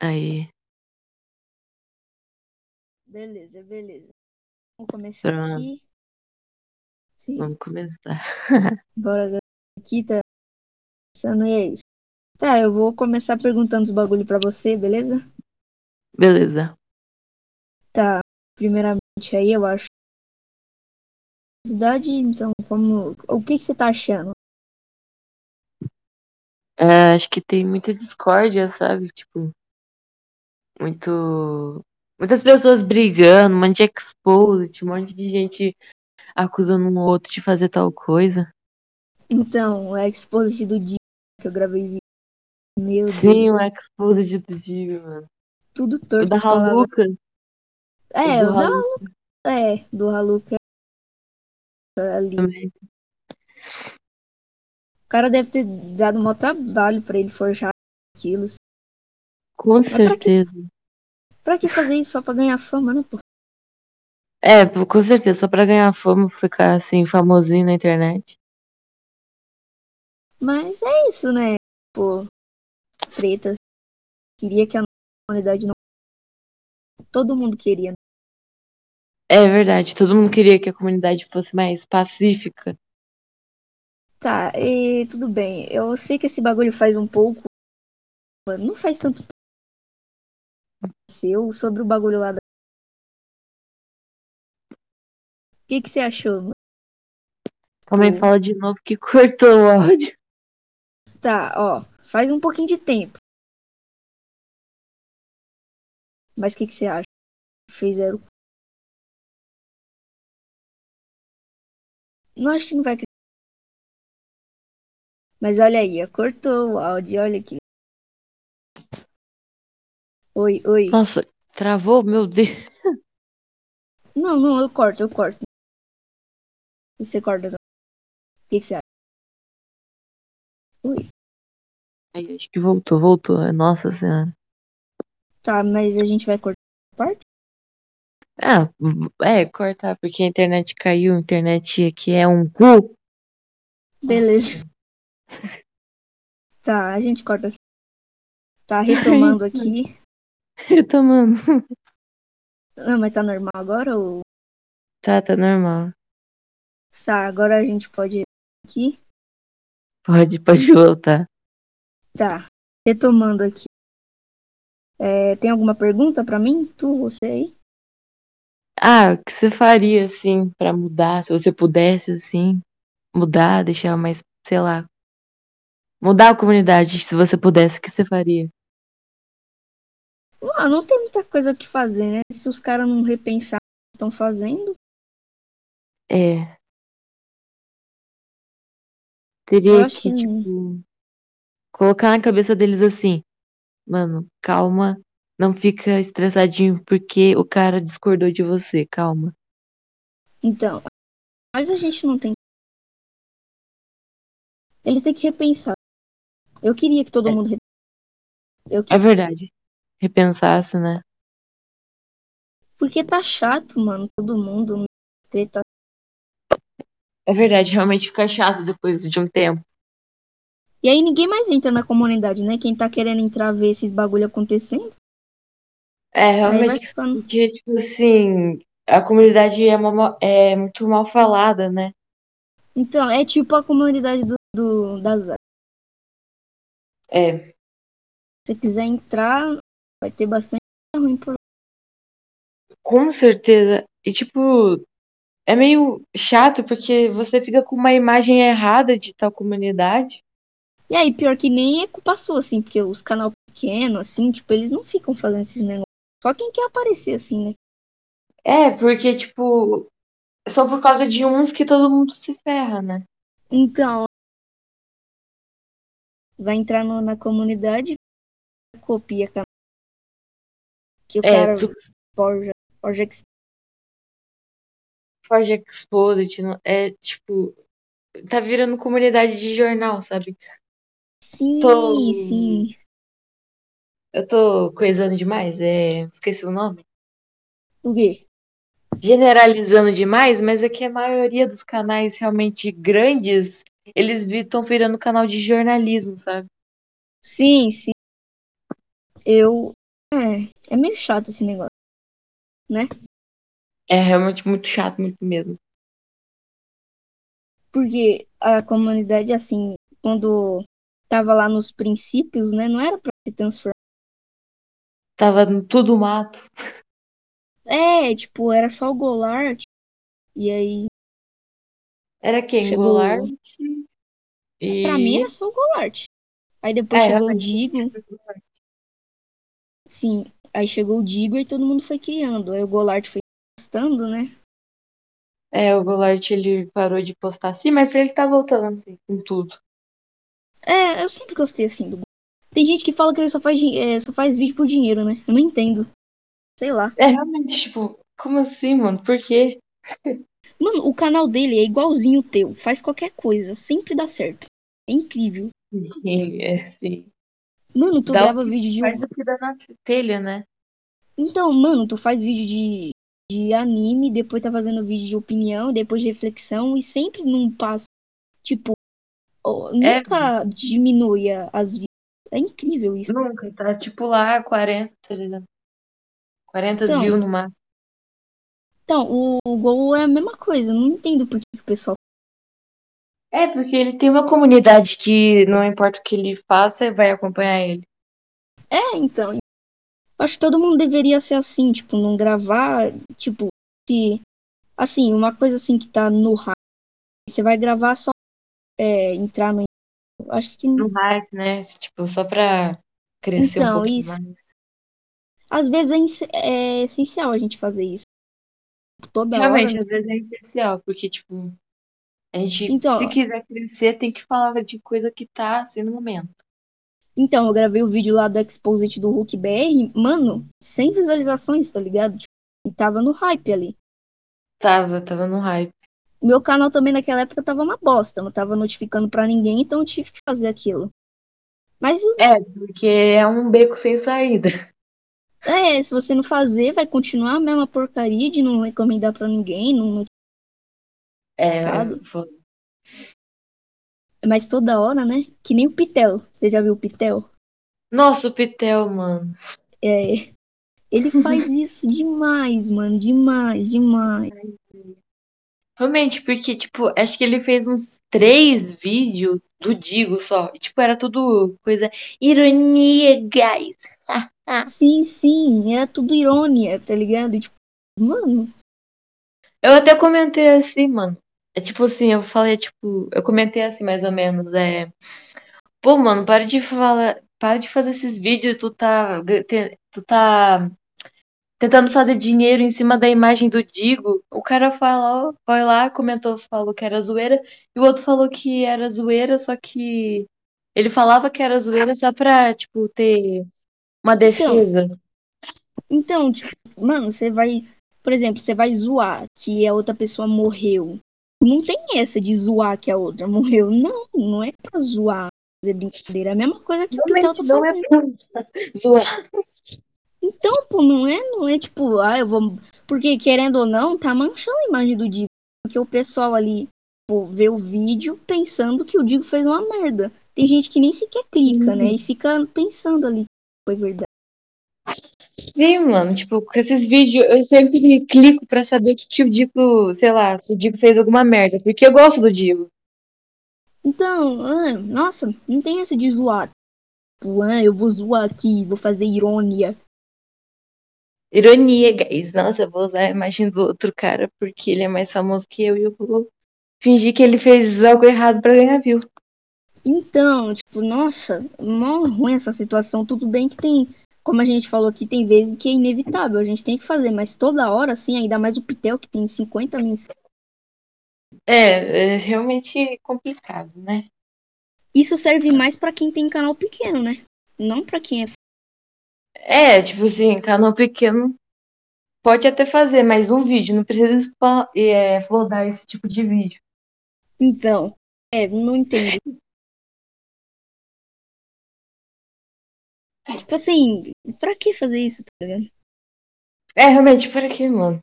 Aí, Beleza, beleza. Vamos começar pronto, aqui. Sim, vamos começar. bora dar aqui, tá pensando, e é isso. Tá, eu vou começar perguntando os bagulho pra você, beleza? Beleza. Tá, primeiramente aí, eu acho cidade, então como o que que você tá achando? É, acho que tem muita discórdia, sabe? Tipo, muito. Muitas pessoas brigando, um monte de exposed, um monte de gente acusando um outro de fazer tal coisa. Então, é Exposed do dia que eu gravei vídeo. Meu Sim, Deus, o exposed do Digo, mano. tudo O torto da as palavras. Haluca, o É, do eu não, Haluca é, do Haluca é ali. também. O cara deve ter dado um trabalho pra ele forjar aquilo. Com Mas pra que certeza. Pra que fazer isso só pra ganhar fama, né, pô? É, pô, com certeza, só pra ganhar fama, ficar assim, famosinho na internet. Mas é isso, né? Pô, treta. Queria que a humanidade não. Todo mundo queria. né? É verdade, todo mundo queria que a comunidade fosse mais pacífica. Tá, e tudo bem. Eu sei que esse bagulho faz um pouco. Não faz tanto tempo seu sobre o bagulho lá da. O que, que você achou, mano? Calma aí, Pô, fala de novo que cortou o áudio. tá, ó. Faz um pouquinho de tempo. Mas o que, que você acha? Fizeram. Não acho que não vai. cre- Mas olha aí, ó, cortou o áudio, olha aqui. Oi, oi. Nossa, travou? Meu Deus. Não, não, eu corto, eu corto. Você corta, não. O que, que você acha? Oi. Aí, acho que voltou, voltou. É, Nossa Senhora. Tá, mas a gente vai cortar a parte? Ah, é, cortar, porque a internet caiu, a internet aqui é um cu. Nossa Beleza. Senhora. Tá, a gente corta. essa- Tá retomando Ai, aqui. Retomando. Não, mas tá normal agora ou. Tá, tá normal. Tá, agora a gente pode ir aqui. Pode, pode voltar. Tá, retomando aqui. É, tem alguma pergunta pra mim? Tu, você aí? Ah, o que você faria, assim, pra mudar? Se você pudesse, assim, mudar, deixar mais, sei lá, mudar a comunidade, se você pudesse, o que você faria? Ah, não tem muita coisa que fazer, né? Se os caras não repensar o que estão fazendo, É, eu teria acho que. que, tipo, colocar na cabeça deles assim. Mano, calma. Não fica estressadinho porque o cara discordou de você, calma. Então, mas a gente não tem. Eles têm que repensar. Eu queria que todo É, mundo. re- Eu é que... verdade. Repensasse, né? Porque tá chato, mano. Todo mundo. Treta. É verdade, realmente fica chato depois de um tempo. E aí ninguém mais entra na comunidade, né? Quem tá querendo entrar ver esses bagulho acontecendo, É, aí vai realmente, ficando. porque, tipo assim, a comunidade é, uma ma- é muito mal falada, né? Então, é tipo a comunidade do, do das artes. É, Se você quiser entrar, vai ter bastante coisa ruim por lá. com certeza. E, tipo, é meio chato porque você fica com uma imagem errada de tal comunidade. E aí, pior que nem é culpa sua, assim, porque os canal pequeno, assim, tipo, eles não ficam fazendo esses negócios. Só quem quer aparecer, assim, né? É, porque, tipo, só por causa de uns que todo mundo se ferra, né? Então, vai entrar no- na comunidade, copia canal, que o É, cara tu forja, forja que Forge Exposed não- é tipo, tá virando comunidade de jornal, sabe? Sim, Tô. sim. Eu tô coisando demais, é. Esqueci o nome. O quê? Generalizando demais, mas é que a maioria dos canais realmente grandes, eles estão virando canal de jornalismo, sabe? Sim, sim. Eu. É, é meio chato esse negócio. É realmente muito chato, muito mesmo. Porque a comunidade, assim, quando tava lá nos princípios, né? Não era pra se transformar. Tava no tudo mato. É, tipo, era só o Golart. E aí, Era quem? Chegou- Goulart? E... pra mim era só o Golart. Aí depois É, chegou o realmente. Digo. Sim, aí chegou o Digo e todo mundo foi criando. Aí o Golart foi gostando, né? É, o Goulart ele parou de postar sim, mas ele tá voltando assim, com tudo. É, eu sempre gostei assim do Tem gente que fala que ele só faz, din- é, só faz vídeo por dinheiro, né? Eu não entendo. Sei lá. É realmente, tipo, como assim, mano? Por quê? Mano, o canal dele é igualzinho o teu. Faz qualquer coisa, sempre dá certo. É incrível. É assim. Mano, tu Dá o grava vídeo de. um Faz o que dá na telha, né? Então, mano, tu faz vídeo de, de anime, depois tá fazendo vídeo de opinião, depois de reflexão e sempre não passa. Tipo, ó, É. nunca diminui a- as vidas. É incrível isso. Nunca, tá tipo lá 40, 30, 40 Então. views no máximo. Então, o, o Gol é a mesma coisa. Eu não entendo por que, que o pessoal. É, porque ele tem uma comunidade que não importa o que ele faça, vai acompanhar ele. É, então. eu Acho que todo mundo deveria ser assim, tipo, não gravar, tipo, se. Assim, uma coisa assim que tá no hype. Você vai gravar só é, entrar no. eu Acho que. No hype, né? Tipo, só pra crescer um Então, pouquinho isso. mais. Às vezes é, ins- é essencial a gente fazer isso. Toda hora, Realmente, né? às vezes é essencial, porque, tipo, a gente, Então, se quiser crescer, tem que falar de coisa que tá assim no momento. então, eu gravei o vídeo lá do Exposit do Hulk BR, mano, sem visualizações, tá ligado? Tipo, e tava no hype ali. Tava, tava no hype. Meu canal também naquela época tava uma bosta, não tava notificando pra ninguém, então eu tive que fazer aquilo. Mas É, porque é um beco sem saída. é, se você não fazer, vai continuar a mesma porcaria de não recomendar pra ninguém, não É, notificado. foda. Mas toda hora, né? Que nem o Pitel. Você já viu o Pitel? nossa, o Pitel, mano. É. Ele faz isso demais, mano, demais, demais. Realmente, porque, tipo, acho que ele fez uns três vídeos do Digo só. E, tipo, era tudo coisa. Ironia, guys. Ah. Sim, sim, era tudo irônia, tá ligado? E, Tipo, mano, Eu até comentei assim, mano. É tipo assim, eu falei, tipo, eu comentei assim mais ou menos, é. Pô, mano, para de falar, para de fazer esses vídeos, tu tá, gra- te- tu tá tentando fazer dinheiro em cima da imagem do Digo. O cara falou, foi lá, comentou, falou que era zoeira, e o outro falou que era zoeira, só que ele falava que era zoeira só pra, tipo, ter uma defesa. então, tipo, mano, você vai, por exemplo, você vai zoar que a outra pessoa morreu. Não tem essa de zoar que a outra morreu. Não, não é pra zoar, fazer brincadeira. É a mesma coisa que o Pitel tá Realmente não é fazendo. pra zoar. Então, pô, não é, não é tipo, ah, eu vou. Porque, querendo ou não, tá manchando a imagem do Digo. Porque o pessoal ali, pô, vê o vídeo pensando que o Digo fez uma merda. Tem gente que nem sequer clica, né? E fica pensando ali que foi verdade. Sim, mano, tipo, com esses vídeos eu sempre clico pra saber o que, que o Digo, sei lá, se o Digo fez alguma merda, porque eu gosto do Digo. Então, ah, nossa, não tem essa de zoar. Tipo, ah, eu vou zoar aqui, vou fazer irônia. Ironia, guys. Nossa, eu vou usar a imagem do outro cara porque ele é mais famoso que eu e eu vou fingir que ele fez algo errado pra ganhar view. Então, tipo, nossa, mó ruim essa situação. Tudo bem que tem, como a gente falou aqui, tem vezes que é inevitável, a gente tem que fazer, mas toda hora, assim, ainda mais o Pitel, que tem 50 mil. inscritos. É, é realmente complicado, né? Isso serve mais pra quem tem canal pequeno, né? Não pra quem é. É, tipo assim, canal pequeno pode até fazer mais um vídeo, não precisa expla- é, flodar esse tipo de vídeo. Então, é, não entendo. Tipo assim, pra que fazer isso, tá ligado? É, realmente, por aqui, mano.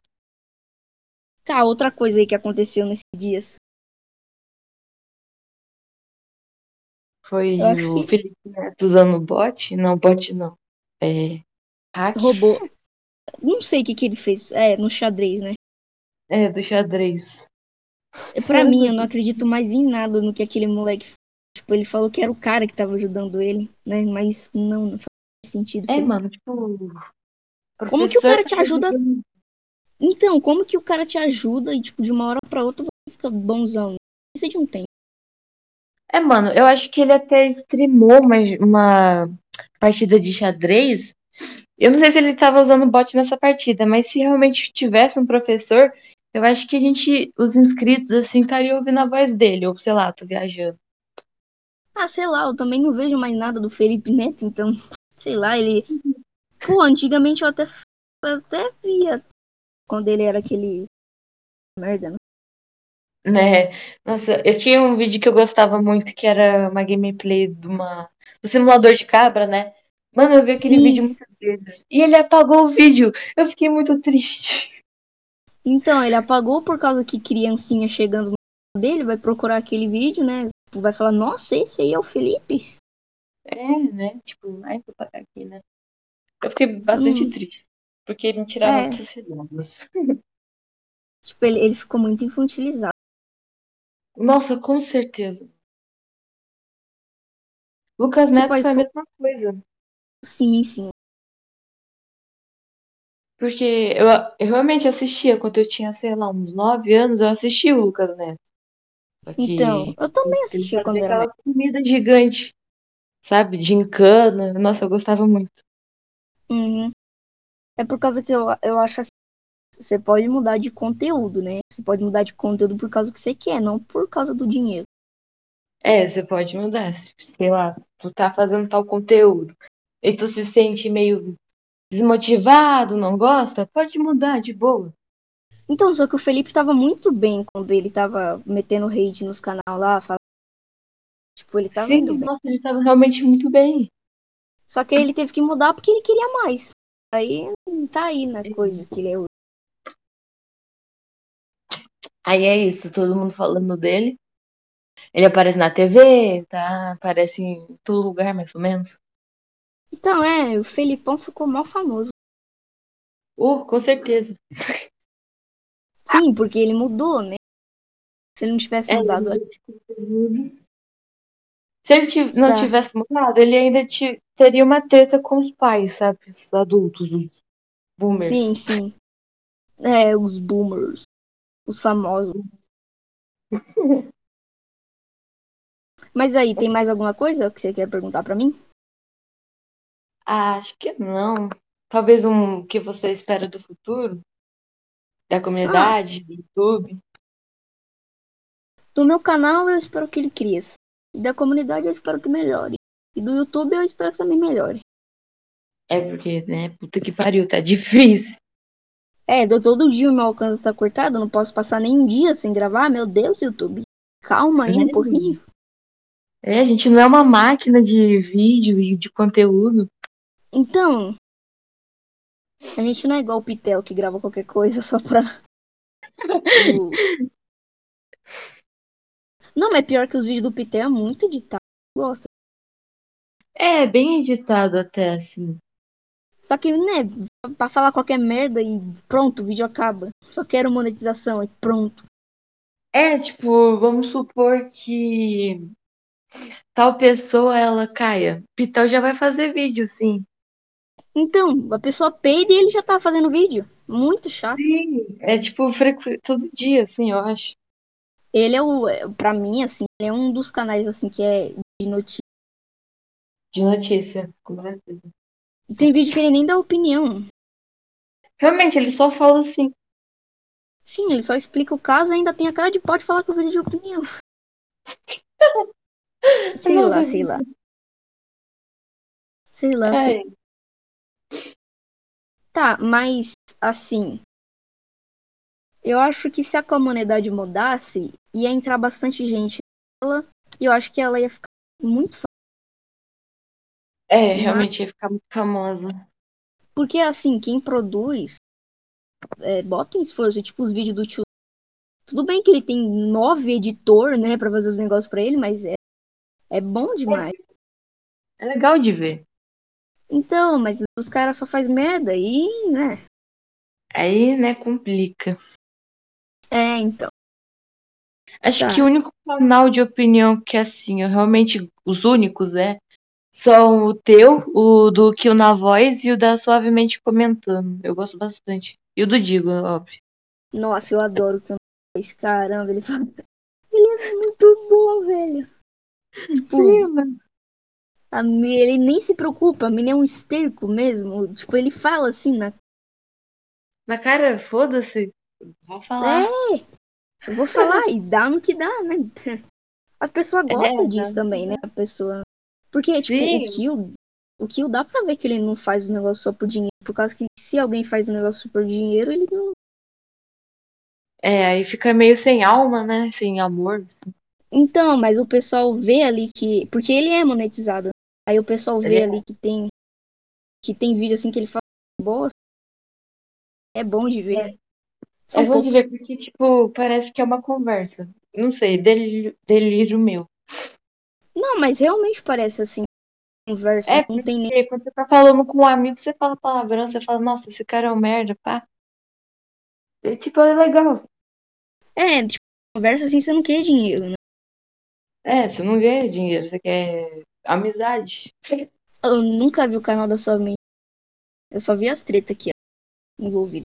Tá, outra coisa aí que aconteceu nesses dias. Foi Eu acho o que. Felipe Neto usando o bot? Não, bot não. É. Hack? roubou. Não sei o que, que ele fez. É, no xadrez, né? É, do xadrez. Pra mim, eu não acredito mais em nada no que aquele moleque fez. Tipo, ele falou que era o cara que tava ajudando ele, né? Mas não, não faz sentido. É, mano, tipo. Como que professor o cara tá te ajuda- fazendo- Então, como que o cara te ajuda e, tipo, de uma hora pra outra você fica bonzão? Isso de um tempo. É, mano, eu acho que ele até streamou uma, uma partida de xadrez. Eu não sei se ele tava usando bot nessa partida, mas se realmente tivesse um professor, eu acho que a gente, os inscritos, assim, estariam ouvindo a voz dele, ou sei lá, tô viajando. Ah, sei lá, eu também não vejo mais nada do Felipe Neto, então, sei lá, ele. Pô, antigamente eu até, eu até via quando ele era aquele. Merda, né? Né? Nossa, eu tinha um vídeo que eu gostava muito, que era uma gameplay de uma. do simulador de cabra, né? Mano, eu vi aquele Sim. vídeo muitas vezes. E ele apagou o vídeo. Eu fiquei muito triste. Então, ele apagou por causa que criancinha chegando no canal dele vai procurar aquele vídeo, né? Tipo, Vai falar, nossa, esse aí é o Felipe? É, né? Tipo, ai, vou pagar aqui, né? Eu fiquei bastante Hum. triste. Porque me tirava É. muitas risadas. Tipo, ele, ele ficou muito infantilizado. Nossa, com certeza. Lucas Tipo, Neto a foi a esco- mesma coisa. Sim, sim. Porque eu, eu realmente assistia quando eu tinha, sei lá, uns 9 anos, eu assistia o Lucas Neto. Só que Então, eu também ele assistia quando fazia era mais. aquela comida gigante, sabe? De encana. Nossa, eu gostava muito. Uhum. É por causa que eu, eu acho assim, você pode mudar de conteúdo, né? Você pode mudar de conteúdo por causa que você quer, não por causa do dinheiro. É, você pode mudar, se- sei lá, tu tá fazendo tal conteúdo e tu se sente meio desmotivado, não gosta, pode mudar de boa. Então, só que o Felipe tava muito bem quando ele tava metendo hate nos canal lá, falando. Tipo, ele tava indo Sim, bem. nossa, ele tava realmente muito bem. Só que aí ele teve que mudar porque ele queria mais. Aí tá aí na coisa que ele é hoje. Aí é isso, todo mundo falando dele. Ele aparece na TV, tá? Aparece em todo lugar, mais ou menos. Então é, o Felipão ficou mal famoso. Uh, com certeza. Sim, porque ele mudou, né? Se ele não tivesse É, mudado. ele mudou. Se ele ti- não Tá. tivesse mudado, ele ainda ti- teria uma treta com os pais, sabe? Os adultos, os boomers. Sim, sim. É, os boomers. Os famosos. Mas aí, tem mais alguma coisa que você quer perguntar pra mim? Ah, acho que não. Talvez um que você espera do futuro, da comunidade, do YouTube. Do meu canal, eu espero que ele cresça. E da comunidade, eu espero que melhore. E do YouTube, eu espero que também melhore. É porque, né? Puta que pariu, tá difícil. É, do- todo dia o meu alcance tá cortado, eu não posso passar nem um dia sem gravar. Meu Deus, YouTube. Calma aí um Né? pouquinho. É, a gente não é uma máquina de vídeo e de conteúdo. Então, a gente não é igual o Pitel que grava qualquer coisa só pra. o- Não, mas pior que os vídeos do Pitel é muito editado. eu Gosto. É, bem editado até, assim. Só que, né, pra falar qualquer merda e pronto, o vídeo acaba. Só quero monetização e pronto. É, tipo, vamos supor que tal pessoa ela caia. Pitel já vai fazer vídeo, sim. Então, a pessoa peida e ele já tá fazendo vídeo. Muito chato. Sim. É tipo, frequ... todo dia, assim, eu acho. Ele é o. é, Pra mim, assim, ele é um dos canais, assim, que é de notícia. De notícia, com certeza. Tem vídeo que ele nem dá opinião. Realmente, ele só fala assim. Sim, ele só explica o caso e ainda tem a cara de pau de falar que o vídeo é de opinião. Sei lá, Nossa, sei lá. Sei lá, sei lá. é, Tá, mas assim, eu acho que se a comunidade mudasse, ia entrar bastante gente nela, e eu acho que ela ia ficar muito fa- é, Mas- realmente ia ficar muito famosa. Porque assim, quem produz, é, bota em esforço, tipo os vídeos do tio. Tudo bem que ele tem nove editor, né, pra fazer os negócios pra ele, mas é, é bom demais. É legal de ver. Então, mas os caras só faz merda e, né? Aí, né, complica. É, então. Acho Tá. que o único canal de opinião que, assim, eu realmente, os únicos, é, são o teu, o do Kill na Voz e o da Suavemente Comentando. Eu gosto bastante. E o do Digo, óbvio. Nossa, eu adoro o que eu fez. Caramba, ele fala. Ele é muito bom, velho. Tipo, mano. a Mi- ele nem se preocupa, a mina é um esterco mesmo. Tipo, ele fala assim na Na cara, foda-se. Vou falar. É, eu vou falar e dá no que dá, né? As pessoas gostam É, disso também, né? A pessoa. Porque, tipo, Sim. o Kill, o Kill dá pra ver que ele não faz o negócio só por dinheiro. Por causa que se alguém faz o negócio por dinheiro, ele não. É, aí fica meio sem alma, né? Sem amor. assim. Então, mas o pessoal vê ali que. Porque ele é monetizado. Aí o pessoal vê Ele é. ali que tem. Que tem vídeo assim que ele fala bosta. É bom de ver. São É bom de poucos. ver, porque, tipo, parece que é uma conversa. Não sei, delírio, delírio meu. Não, mas realmente parece assim. Conversa. É, não tem nem. porque quando você tá falando com um amigo, você fala palavrão, você fala, nossa, esse cara é um merda, pá. É, tipo, é legal. É, tipo, conversa assim, você não quer dinheiro, né? É, você não ganha dinheiro, você quer amizade. Eu nunca vi o canal da sua mente. Eu só vi as tretas aqui, ó, envolvidas.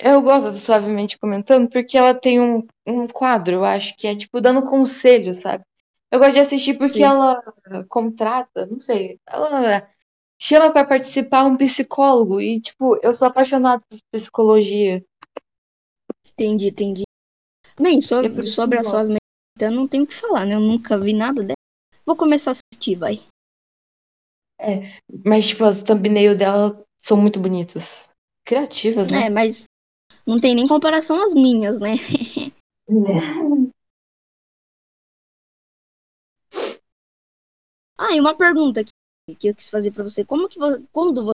Eu gosto do Suavemente Comentando, porque ela tem um, um quadro, eu acho, que é, tipo, dando conselho, sabe? Eu gosto de assistir porque Sim. ela contrata, não sei, ela chama pra participar um psicólogo e, tipo, eu sou apaixonada por psicologia. Entendi, entendi. Bem, so- É por isso que sobre eu a sua gosto. eu não tenho o que falar, né? Eu nunca vi nada dela. Vou começar a assistir, vai. Mas, tipo, as thumbnails dela são muito bonitas. Criativas, né? É, mas não tem nem comparação às minhas, né? Ah, e uma pergunta que, que eu quis fazer pra você. Como que você, quando vo-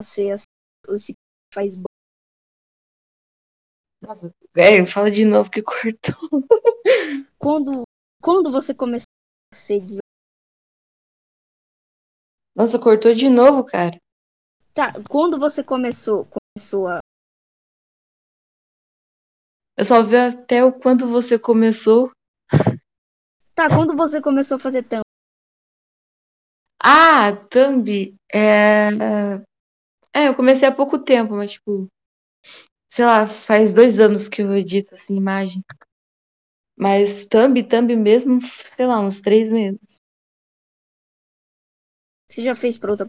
você ass- esse faz bom? Nossa, é, fala de novo que cortou. Quando, quando você começou a ser des... Nossa, cortou de novo, cara. Tá, quando você começou, começou a... Eu só vi até o quando você começou. Tá, quando você começou a fazer tanto? Ah, thumb. É... é, eu comecei há pouco tempo, mas, tipo, sei lá, faz dois anos que eu edito, assim, imagem. Mas thumb, thumb mesmo, sei lá, uns três meses. Você já fez pra outra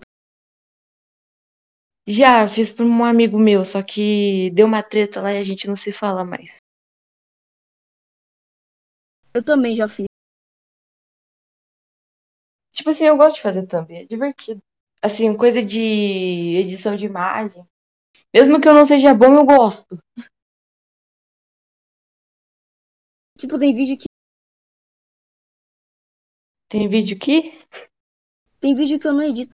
Já fiz pra um amigo meu, só que deu uma treta lá e a gente não se fala mais. Eu também já fiz. Tipo assim, eu gosto de fazer thumb, é divertido. Assim, coisa de edição de imagem. Mesmo que eu não seja bom, eu gosto. Tipo, tem vídeo que Tem vídeo aqui? tem vídeo que eu não edito.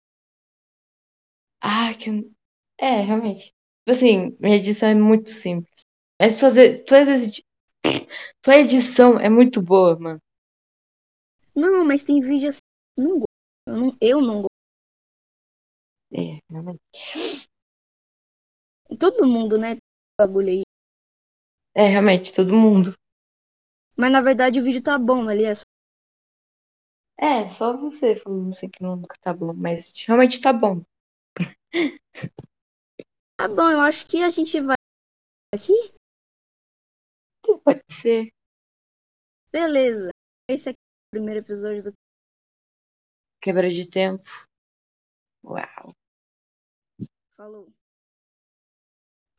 Ah, que. eu- É, realmente. Tipo assim, minha edição é muito simples. É Mas tuas, e- tuas, edi- tua edição é muito boa, mano. Não, mas tem vídeo assim. Não gosto. Eu não, eu não gosto. É, realmente. Todo mundo, né? tem esse Bagulho aí. É, realmente, todo mundo. Mas na verdade o vídeo tá bom ali. É só... É, só você falando assim que nunca tá bom, mas realmente tá bom. Tá bom, eu acho que a gente vai aqui. Pode ser. Beleza. Esse aqui é o primeiro episódio do. Quebra de tempo. Uau. Falou.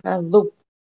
Falou.